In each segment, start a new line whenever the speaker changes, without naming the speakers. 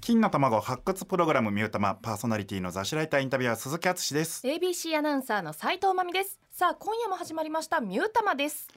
金の卵発掘プログラムミュータマパーソナリティの雑誌ライターインタビュアー鈴木敦です
ABC アナウンサーの斉藤まみですさあ今夜も始まりましたミュータマです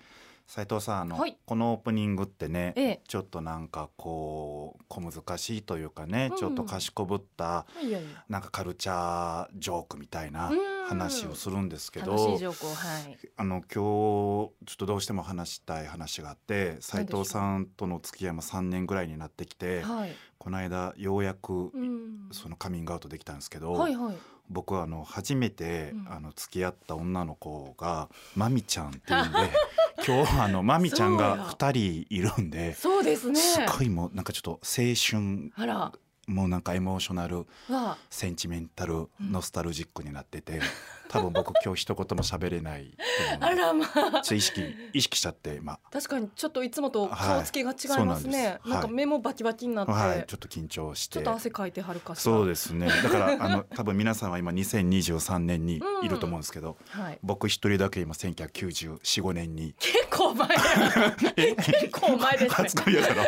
斉藤さんあの、
はい
このオープニングってね、
ええ
ちょっとなんかこう小難しいというかね、
うん
ちょっとかしこぶった
いやいや
なんかカルチャージョークみたいな
うん
話をするんですけ
楽しい
ど
情報はい
あの今日ちょっとどうしても話したい話があって斉藤さんとの付き合いも3年ぐらいになってきて
はい
この間ようやく
うん
そのカミングアウトできたんですけど、
はいはい
僕はあの初めて、
うん
あの付き合った女の子がマミちゃんっていうんで 今日はあのマミちゃん
そう
が
よ
2人いるんで。
そうですね
すごいもうなんかちょっと青春
あらわ
もうなんかエモーショナル
あ
センチメンタル
ん
ノスタルジックになってて、多分僕今日一言も喋れないと思
あ
うんで
らまあ
ちょっと意識意識しちゃって今、
確かにちょっといつもと顔つきが違いますね、
はいそうなん
な
です
んか
はい
目もバキバキになって、
はいちょっと緊張し
ちょ
て
っと汗かいてはるかしら
そうですねだからあの多分皆さんは今2023年に
うん
いると思うんですけど、
はい
僕一人だけ今1994,5年 に
結構前結構前 ですね
初恋だから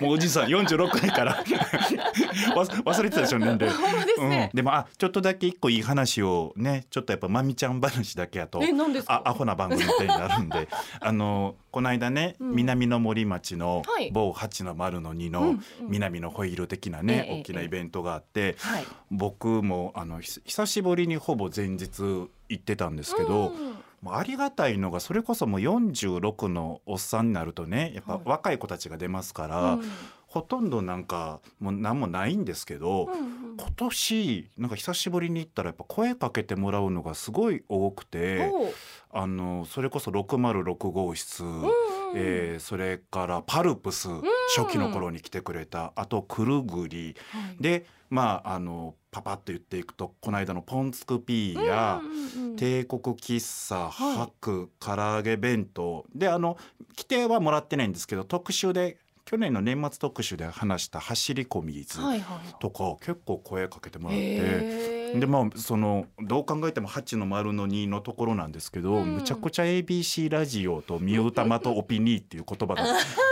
もうおじさん46回から わ忘れてたでしょ年齢。
ほんまです
うん
ね、、
でもあちょっとだけ一個いい話をねちょっとやっぱまみちゃん話だけやと
え何です
あ
か
アホな番組みたいになるん であのこの間ね、
うん
南の森町の
はい
某8の丸の2
うんう
の
ん
南のホイール的なね、
ええ
大きなイベントがあって、
はい
僕もあのひ久しぶりにほぼ前日行ってたんですけど、
うん
もうありがたいのがそれこそもう46のおっさんになるとねやっぱ
はい
若い子たちが出ますから、
うん
ほとんどなんかもう何もないんですけど。
うんうん
今年なんか久しぶりに行ったらやっぱ声かけてもらうのがすごい多くて
おう
あのそれこそ606号室、
うんうん
えーそれからパルプス初期の頃に来てくれたあとくるぐり
はい
でまああのパパッと言っていくとこの間のポンツクピーや、
うんうんうん
帝国喫茶
はい
白唐揚げ弁当であの規定はもらってないんですけど特集で去年の年末特集で話した走り込みーズ
はいはい
とか結構声かけてもらって。
へー
でまあそのどう考えても8の丸の2のところなんですけど、
うん
むちゃくちゃ ABC ラジオと「ミュータマ」と「オピニー」っていう言葉が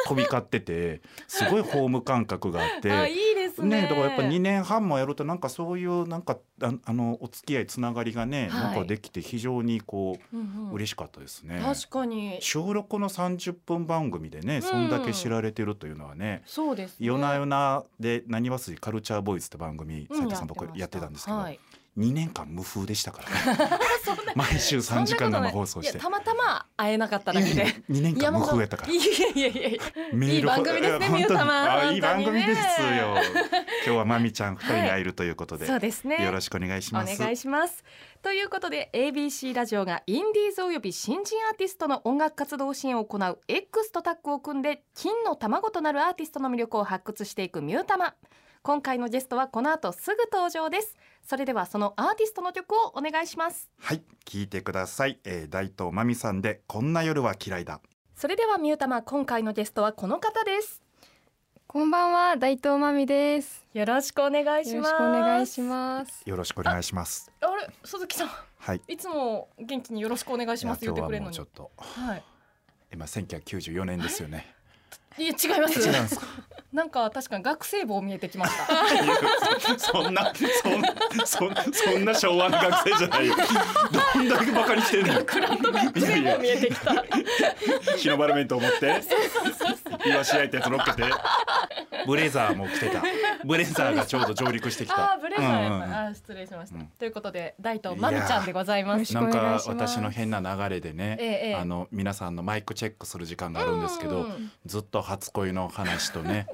飛び交って てすごいホーム感覚があっ
あ
て。
いいですね
ね、だからやっぱ2年半もやるとなんかそういうなんかああのお付き合いつながりがね、
はい
なんかできて非常にこ
うんうん
う嬉しかったですね。
確かに
収録の30分番組でねそんだけ知られてるというのはね、
そうですね
夜な夜なで「なにわすいカルチャーボーイズ」って番組
う
斉藤さん僕
ました
やってたんですけど、
はい
2年間無風でしたからね
そんな
毎週
そんな
3時間
こと
生
ない
放送して
いやたまたま会えなかっただけで
2年
い
間
や
無
もう
風やったから
いやいやいやいや
メール
いい番組で
いや
すね
本当に
ミュータマ
あ
本当にね
いい番組ですよ今日はまみちゃん2人に会えるということで、
そうですね
よろしくお願いし
お
ます
願いしますということで ABC ラジオがインディーズおよび新人アーティストの音楽活動支援を行う X とタッグを組んで金の卵となるアーティストの魅力を発掘していくミュータマ今回のゲストはこの後すぐ登場ですそれではそのアーティストの曲をお願いします
はい聞いてください、えー、大東まみさんでこんな夜は嫌いだ
それではミュータマ今回のゲストはこの方です
こんばんは、大東まみです。
よろしくお願いし
よろ
ます
しくお願い
ます
します。
よろしくお願いします
あれ鈴木さん
はい
いつも元気によろしくお願いしますって
いや
言って
今日はもう
くれるのに
ちょっと
はい
今1994年ですよね
いや違います
違うんですか
なんか確かに学生帽見えてきました
いやそんなそんそんそんな昭和の学生じゃないよどんだけバカにしてんの
クランド学生帽見えてきた
日の丸弁当持ってイワシ焼いたやつ乗っけてブレザーも着てたブレザーがちょうど上陸してきた
あーブレザーやっぱ
うんうん
り、あー失礼しました、
うん
ということで大東まみちゃんでございます
いや
なん
よろ
か
しくお願いします
私の変な流れでね、
ええええ
あの皆さんのマイクチェックする時間があるんですけど、
うんうん
ずっと初恋の話と ね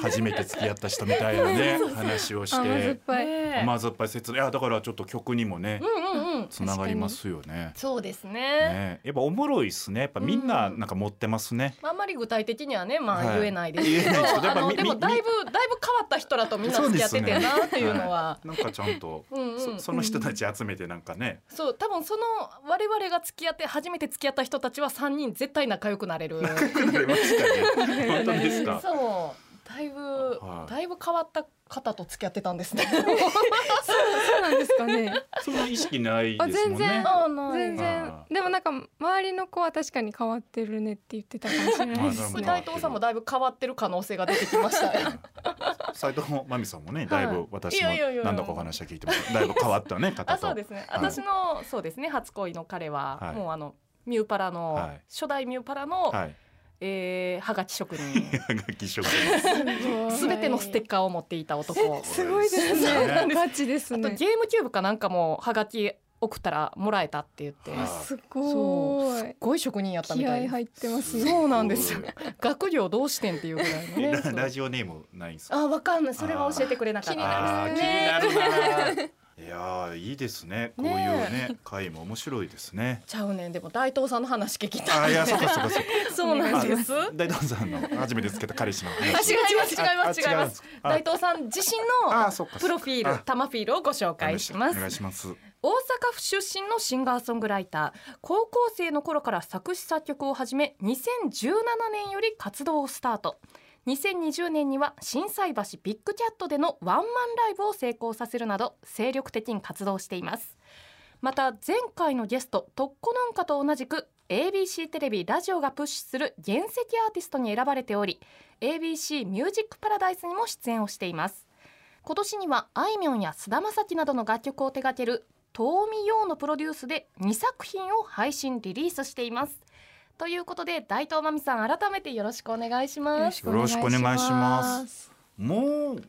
初めて付き合った人みたいなね話をし
甘酸ってぱい。
ねえ
甘酸っぱい説明いやだからちょっと曲にもね
うんうんうん
つながりますよね。
そうですね
ねやっぱおもろいっすねやっぱみんな
うん
なんか持ってますね。
まああんまり具体的にはねま
は
あ
い
言えないですけ
言えない
ど、
ですけどやっぱ
あの
み
でもだいぶだいぶ変わった人らとみんな付き合っててなっていうのは
なんかちゃんと
うんうん
そその人たち集めてなんかね、
そう多分その我々が付き合って初めて付き合った人たちは3人絶対仲良くなれる
なれましたね。本当ですか。
そうだいぶ、
はい
だいぶ変わった方と付き合ってたんです ね。
そうなんですかね。
そんな意識ないですもんね。
あ全然
あない
全然
あ。
でもなんか周りの子は確かに変わってるねって言ってたかもしれないで
あ
す
なるほ
ね。
ど
斉藤さんもだいぶ変わってる可能性が出てきましたね。
斉藤真美さんもね、だいぶ私も
いやいやいや
何度かお話は聞いてます。だいぶ変わったね方
あ、
と。
そうですね。私のそうですね。初恋の彼は、
はい
もうあのミューパラの、
はい
初代ミューパラの、
はい。
えーはがき職 人。
楽器職人
すべてのステッ
カ
カーを持っていた 男。あ
すごいです
そうなん
ね。
です
ガチです
とゲー
ね。
ムキューブかなんかもはがき送ったらもらえたって言って。
は
そ
すご
う、すっ
い。
ごい職人やったみ
気
たい
合
です。
入ってますね。
そうなんですよ。学業どうしてんっていうぐらいの
え
ね
ラ。
そう
ラジオネームないんですか。
あ、わかんない。それは教えてくれなかっ
気に
た。
なる。
あー気になるな。 いやーいいですね。こういうね回も面白いです ね。
ちゃうねんでも大東さんの話聞き
あ
た
ー
い。
いやそうかそうかそうか。
そうなんです。あ、違い
大東さんの初めてつけた彼氏の
ま
話。
す違います違います。
あ。
大東さん自身
ああ
の
ーそうか。
プロフィー
あ
ル、タマフィールをご紹介しま
お
す
願い。します。
大阪府出身のシンガーソングライター高校生の頃から作詞作曲を始め2017年より活動をスタート2020年には心斎橋ビッグキャットでのワンマンライブを成功させるなど精力的に活動していますまた前回のゲストトッコなんかと同じく ABC テレビラジオがプッシュする原石アーティストに選ばれており ABC ミュージックパラダイスにも出演をしています今年にはあいみょんや菅田将暉などの楽曲を手掛ける遠見陽のプロデュースで2作品を配信リリースしていますということで大東真美さん改めてよろしくお願いします
よろしくお願いしますもう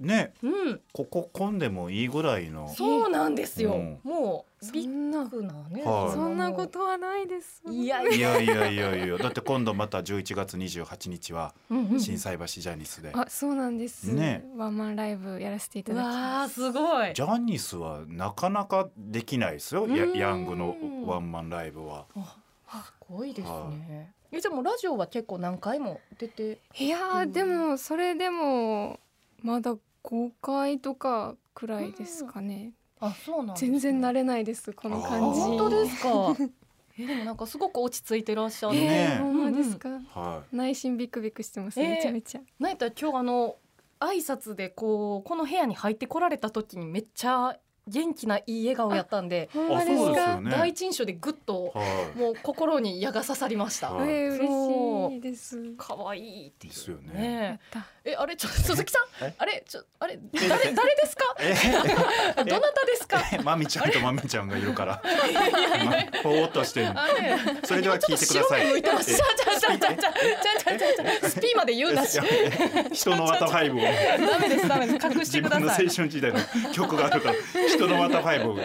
ね
うん、
ここ混んでもいいぐらいの。
そうなんですよ、
うん
もう
そ
ビッ
んな
グなね、
はい
そんなことはないです。
いや
いやいやいやいやだって今度また11月28日は
うんうん
心斎橋ジャニスで、
あ、そうなんです。
ね
ワンマンライブやらせていただき
わ
ま
あ
す。
すごい
ジャニスはなかなかできないですよや
うん
ヤングのワンマンライブは
すごいですねえじゃあもうラジオは結構何回も出て
いやー、でも、それでも、まだ5回とかくらいですかね。
あそうなんですね
全然慣れないです、この
あ
感じ。
本当ですか えでもなんかすごく落ち着いてらっしゃる、
ね
えーほんまですか。
は
内心ビクビクしてます、
えー
めちゃめちゃ。
なんやったら今日あの挨拶でこうこの部屋に入ってこられた時にめっちゃ元気ないい笑顔やったんで、
ほん
いあ
ま
そう
です
ですよ
か。
ね
第一印象でぐっと
はい
もう心に矢が刺さりました
は
え
い
ー
そう
嬉しいです。
可愛いっていう
ですよね
やった。
えあれちょ鈴木さん
え
あれちょあれ
え
誰誰ですか
え
どなたですか
えマミちゃんとマミちゃんがいるからまぼーっとしてる
あれ
それでは聞いてください
白目向いてますちゃうちゃうちゃうちゃうちゃうちゃうちゃうちゃうスピーまで言うなし
え人のワタファイブを
ダメですダメです隠し
自
てく
分
だ
の青
さい
春時代の曲があるから人のワタファイブを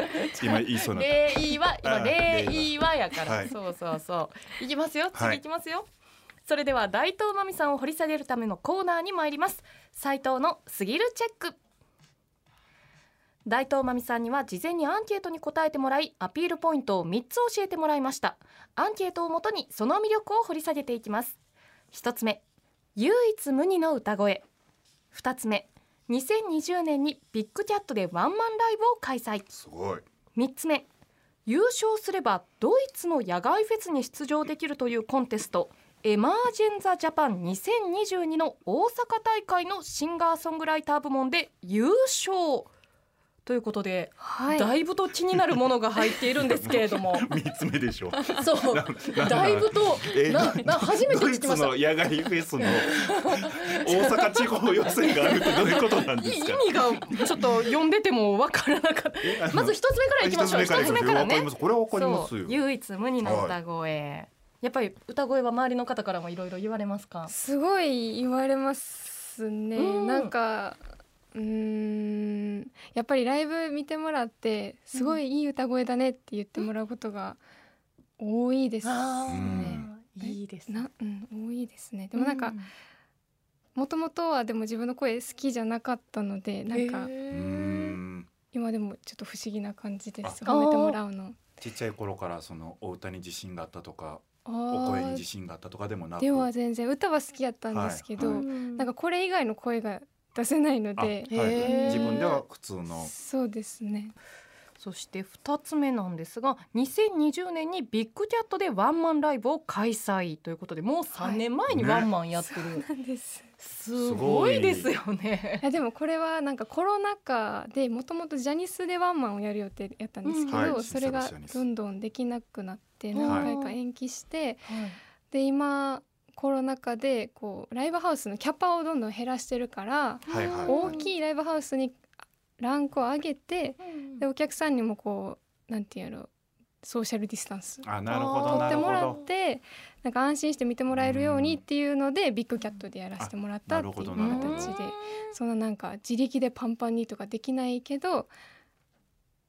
今言いそうになっ
礼儀は今
あ
礼儀はやから、
はい
そうそうそういきますよ
は
次
い
いきますよ、それでは大東真美さんを掘り下げるためのコーナーに参ります斉藤のすぎるチェック大東真美さんには事前にアンケートに答えてもらいアピールポイントを3つ教えてもらいましたアンケートをもとにその魅力を掘り下げていきます1つ目唯一無二の歌声2つ目2020年にビッグキャットでワンマンライブを開催
たすごい
3つ目優勝すればドイツの野外フェスに出場できるというコンテストエマージェンザジャパン2022の大阪大会のシンガーソングライター部門で優勝ということで、
はい。
だいぶと気になるものが入っているんですけれども
三つ目でしょ
そうだいぶと
え
なな初めて
ド
聞
イ
き
ツ
ま
の
した
野外フェスの大阪地方予選があるってどういうことなんで
い
す
意
か。
味がちょっと読んでてもわから なかっ
えあ
た
の
まず一つ目からいきましょう一
一
つ目から
わかり
ね
ます。これはわかります
そう
よ。
唯一無二の歌声、やっぱり歌声は周りの方からもいろいろ言われますか
すごい言われますね、
うん
なんかうーんやっぱりライブ見てもらってすごいいい歌声だねって言ってもらうことが多いですね、
あ
ー
ーいいですね
なうん、多いですねでもなんかもともとはでも自分の声好きじゃなかったのでなんか
うー
え
ん。
今でもちょっと不思議な感じです
あ
褒めてもらうの
ちっちゃい頃からそのお歌に自信があったとか、
あ
お声に自
ー
信があったとかでもなく。
では全然歌は好きやったんですけど、
はいは
なんかこれ以外の声が出せないの
あはい
で
へー
自分では普通の。
そうですね
そして2つ目なんですが2020年にビッグキャットでワンマンライブを開催ということでもう3年前に
はい
ワンマンやってる、
なんです
すごいですよね
い。やでもこれはなんかコロナ禍でもともとジャニスでワンマンをやる予定やったんですけど、
うんはい
それが
新作ジャニス
どんどんできなくなって
はい
何回か延期して、
はい
で今コロナ禍でこうライブハウスのキャパをどんどん減らしてるから
はいはい
大きいライブハウスにランクを上げてで
で
お客さんにもこうなんていうのソーシャルディスタンス
あなるほ
あ
ど
ー
取
な
って
る
も
ほ
ら
ど
ってなんか安心して見てもらえるようにっていうのでビッグキャットでやらせてもらったっていう
あなるほどなるほど
形でそのなんか自力でパンパンにとかできないけど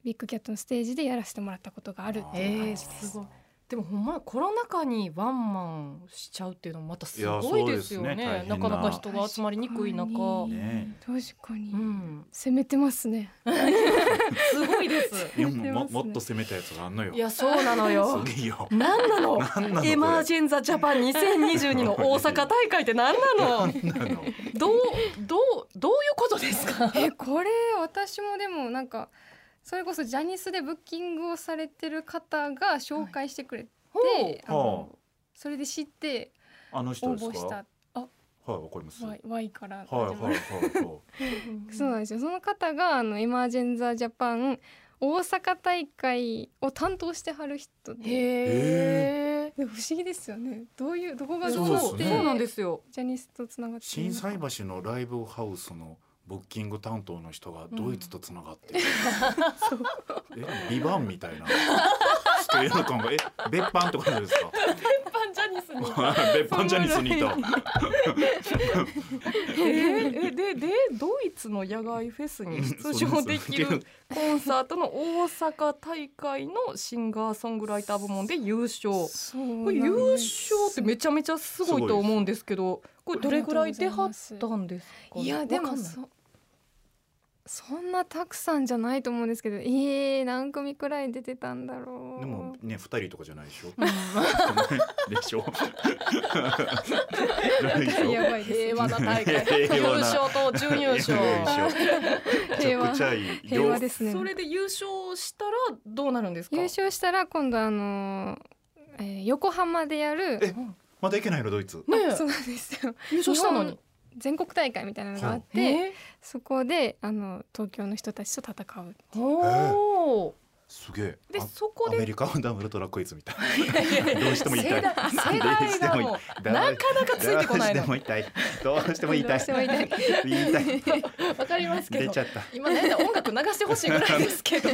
ビッグキャットのステージでやらせてもらったことがあるっていう
え
感
ー、
じですす。
ごいでもほんまコロナ禍にワンマンしちゃうっていうのもまたすごいですよね
いやそうですね大
な
変
か
な
なか人が集まりにくい中、
確かに
ね
確かに、
うん、
攻めてますね。
すごいです
いやも
やって
も
ますね
もっと攻めたやつがあんのよ
いやそうなのよ
すげえ よ
なんなの
なんなのこれ
エマージェンザジャパン2022の大阪大会って何な
な
の
んなの
どうどうどういうことですか
えこれ私もでもなんかそれこそジャニスでブッキングをされてる方が紹介してくれて、あ
ほう
のそれで知って
あの人
応
です
募
か
した
はいわかりますはい
Y, y から
はいはいはい
そうなんですよその方があのエマージェンザジャパン大阪大会を担当してはる人
へ
で
え
で不思議ですよねどういうどこがど
そう
う
で
や
す
そう
っ
ね
なん
て
ですよ
ジャニスとつながって
心
るのか
斎橋のライブハウスのブッキング担当の人がドイツとつなが ってる、えビバンみたいなスケール感がえ別版ってことですか
一般ジャニス に
別版ジャニスにいた
えー、ででドイツの野外フェスに出場できるコンサートの大阪大会のシンガーソングライター部門で優勝
そうなん
これ
です
優勝ってめちゃめちゃすごいと思うんですけどこれどれぐらい出はったんですか
いやで
わか
も
んない
そそんなたくさんじゃないと思うんですけどえー、何組くらい出てたんだろう
でもね二人とかじゃないで しょ
うん
でし ょじゃないでしょ
やばいです
平和な大 会
平
優
和な
勝と準優勝
めちゃくちゃいい
平和ですね
それで優勝したらどうなるんですか
優勝したら今度あのーえー横浜でやる
えまだいけないのドイツ
ねえ
そうなんですよ
優勝したのに
日全国大会みたいなのがあって、
え
そこであの東京の人たちと戦う
おー
すげえ
で
あ
そこ
アメ
で
リカはダブルトラクイズみたいど
ど
うしても言いたい
世代世代がもうなかなかついてこない
どうして
の
も痛いどうしても痛い
どうしても痛い
言いたい
わかりますけ
出
ど
ちゃった
今なんか音楽流してほしいぐらいで すけど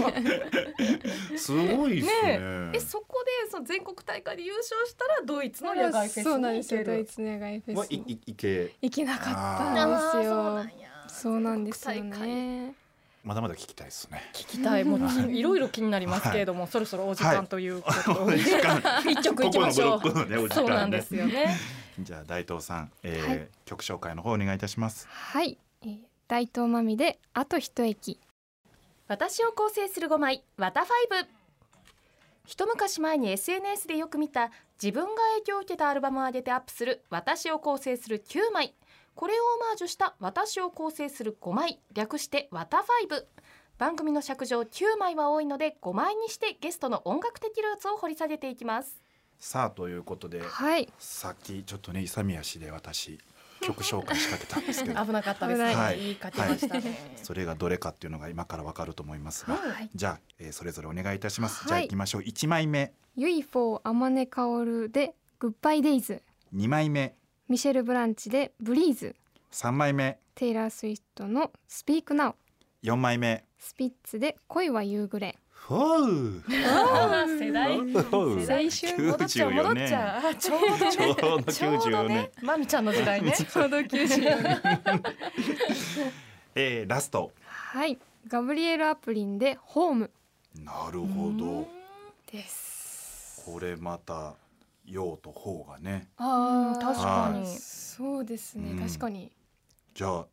すごいですね
えそこでその全国大会で優勝したらドイツの野外フェスに行ける
そうなんですよドイツの野外フ
は
ェス
い
に
いいけ
行けなかったんです
あ
よ
ーそ
そうう
な
なんん
や
ですよ
全国大会
ね
まだまだ聞きたいですね
聞きたいもういろいろ気になりますけれども、そろそろお時間ということで、
時間
一曲
こ
いき
こ
ま
の
し
ブ
ょ
ロ
う
ックのねお時
そうな
間
んで
ね
すよね
じゃあ大東さん、えー
はい
曲紹介の方お願いいたします
はい、えー大東まみであと一駅
私を構成する5枚ワタファイブ一昔前に SNS でよく見た自分が影響を受けたアルバムを上げてアップする私を構成する9枚これをオマージュした私を構成する5枚略してワタファイブ番組の尺上9枚は多いので5枚にしてゲストの音楽的ルーツを掘り下げていきます
さあということで
はい
さっきちょっとね勇み足で私曲紹介仕掛けたんですけど
危なかったです
危ない
ね、、
はいい
いかけましたね、
それがどれかっていうのが今からわかると思いますが、
はい
じゃあ、えーそれぞれお願いいたします、
はい
じゃあ行きましょう1枚目
ユイフォー天音薫でグッバイデイズ
2枚目
ミシェル・ブランチでブリーズ
3枚目
テイラー・スウィフトのスピークナウ
4枚目
スピッツで恋は夕暮れ
フォー
あー世代
世
代戻っちゃう戻っちゃうあちょうどね
ちょうど94年、
まみちゃんの時代ね ちょうど90
えー、ラスト
はいガブリエル・アプリンでホーム
なるほど
です
これまた用と方がね
あ
あ
ー
ー
確か
は
に
そうですね、
うん
確かに
じゃあ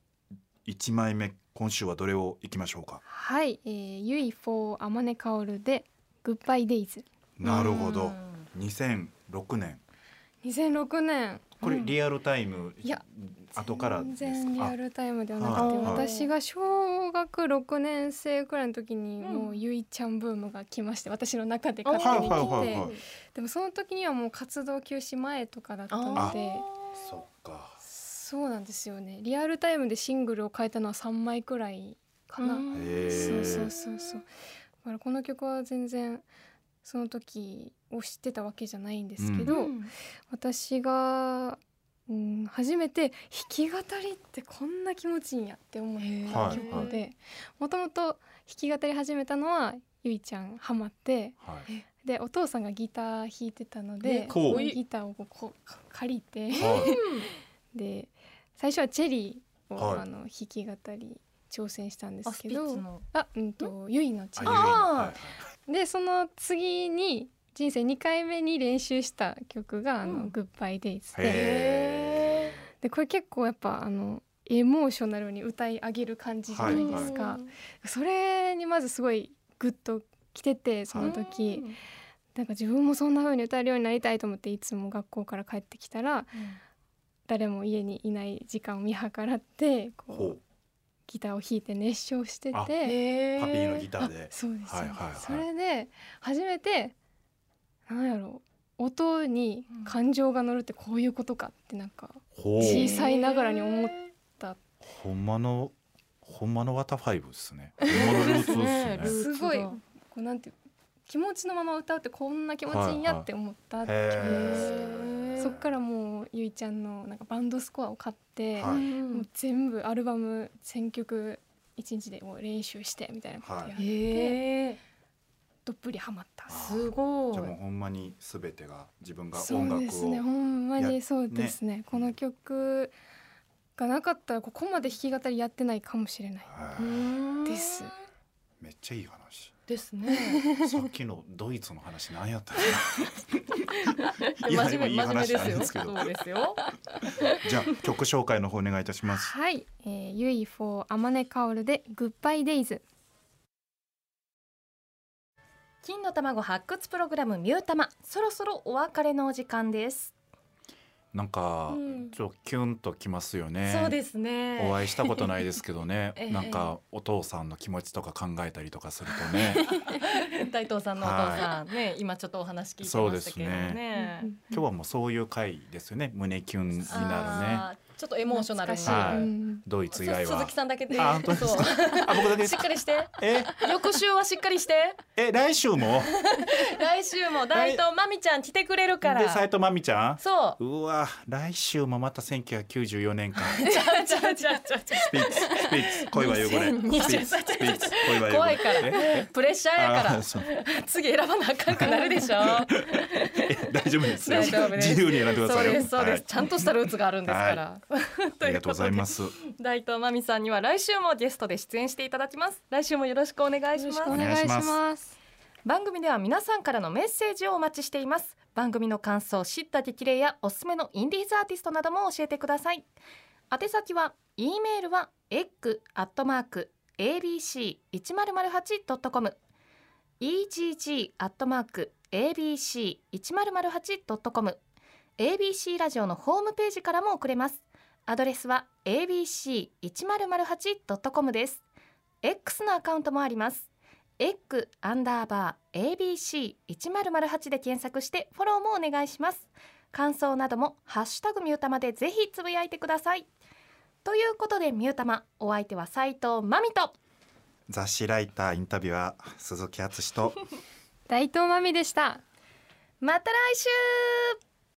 1枚目今週はどれをいきましょうか
はい、えー、ユイフォー天音薫でグッバイデイズ
なるほ
う
ど
ん
2006年
2006年
これリアルタイム、
いや
後から
全
です
然リ
か
アルタイムではなくて、
あはい
私が小学6年生くらいの時に
うん
もうゆいちゃんブームが来まして私の中で
あ
あ
勝手に
はい
来
はいはい
て
はい
でもその時にはもう活動休止前とかだった
あ
ので
そっか
そうなんですよねリアルタイムでシングルを変えたのは3枚くらいかな、
うん
へ
そう
え
そうそうそうだからこの曲は全然その時を知ってたわけじゃないんですけど、
うん
私が、うん、初めて弾き語りってこんな気持ちいいんやって思った
はいは
曲
い
でもともと弾き語り始めたのはゆいちゃんハマって
はい
でお父さんがギター弾いてたの
え
で
かっこいい
ギターをこうこう借りて
はい
で最初はチェリーを、
はい
あの弾き語り挑戦したんで
あ
す
ス
け
ピッツ
ど
の
あうんとゆいのチェリー
あ
でその次に人生2回目に練習した曲が「あの
うん
グッバイデイズ
ゆいのはいはい
で
へ
でこれ結構やっぱあのエモーショナルに歌い上げる感じじゃない
うん
ですか、それにまずすごいグッときててその時、なんか自分もそんな風に歌えるようになりたいと思っていつも学校から帰ってきたら誰も家にいない時間を見計らって
え
こ
ほ
うギターを弾いて熱唱して
あ
て。
う
え
パピーのギターで
そうです、
はいはいはい
それで初めてなんやろう音に感情が乗るってこういうことかってなんか
ほう
小さいながらに思っ
ほんまのほんまのワタファイブですねほんまのルーツですね
ルーツだ
すごいこうなんていう気持ちのまま歌うってこんな気持ちいいんやって思ったって
へ
へ
え
ー
そっからもうゆいちゃんのなんかバンドスコアを買って、
はい
もう全部アルバム選曲一日でもう練習してみたいなことやって、
へえ
どっぷりハマった
すごい
じゃあもうほんまにすべてが自分が
そ
音
う
楽
です
を
ねほんまにそうですねこの曲がなかったらここまで弾き語りやってないかもしれない
は
う
い
ん
です
めっちゃいい話
ですね
さっきのドイツの話なんやったかいや
真面目
いい
真面目
話
で
な
す
ん
よ
ですけど
そうですよ
なじゃあ曲紹介の方お願いいたします
はい、えー、ユイフォー天音カオルでグッバイデイズ
金の卵発掘プログラムミュータマそろそろお別れのお時間です、
なんか、
うん
ちょっとキュンときますよね
そうですね
お会いしたことないですけどね
ええ
なんかお父さんの気持ちとか考えたりとかするとね
大東さんのお父さん、ね今ちょっとお話聞いてました
そうです
けれどね
今日はもうそういう回ですよね胸キュンになるね
あーちょっとエモーショナル
懐か
に、
しいはい
うん
ドイ
す
ツ以外は
鈴木さんだけで
あ本当ですかあ僕だけ
そう
です
しっかりして
え
翌週はしっ かりして
え来週も
来週も大東まみちゃん来てくれるか
で
ら
斉藤真美ちゃん
そう
うわ来週もまた1994年か
ちゃうちゃうちゃうちゃう ちゃ
スピッツスピッツ恋は汚れスピ
2020
ッツスピッツ恋は汚れ
怖いから
え
うプレッシャーやか
あ
ら
ーそう
次選ばなあかんくなるで しょ
え大丈夫ですよ
大丈夫です
自由に選んでくだ
そ
さ
う
いよ
ですそうで
は
す、
い
ちゃんとしたルーツがあるんです か
あ
ら、
りがとうございますす
大東真美さんには来週もゲストで出演していただきます来週もよろしくお願いし
よ
ま
ろ
す
しくお願いします
番組では皆さんからのメッセージをお待ちしています番組の感想知った激励やおすすめのインディーズアーティストなども教えてください宛先は e メールは egg.abc1008.com egg.abc1008.com abc ラジオのホームページからも送れますアドレスは abc1008.com です X のアカウントもありますエッグアンダーバー ABC 一ゼロゼロ八で検索してフォローもお願いします。感想などもハッシュタグミュータマでぜひつぶやいてください。ということでミュータマお相手は斉藤真美と
雑誌ライターインタビュアー鈴木敦と
大東まみでした
また来週。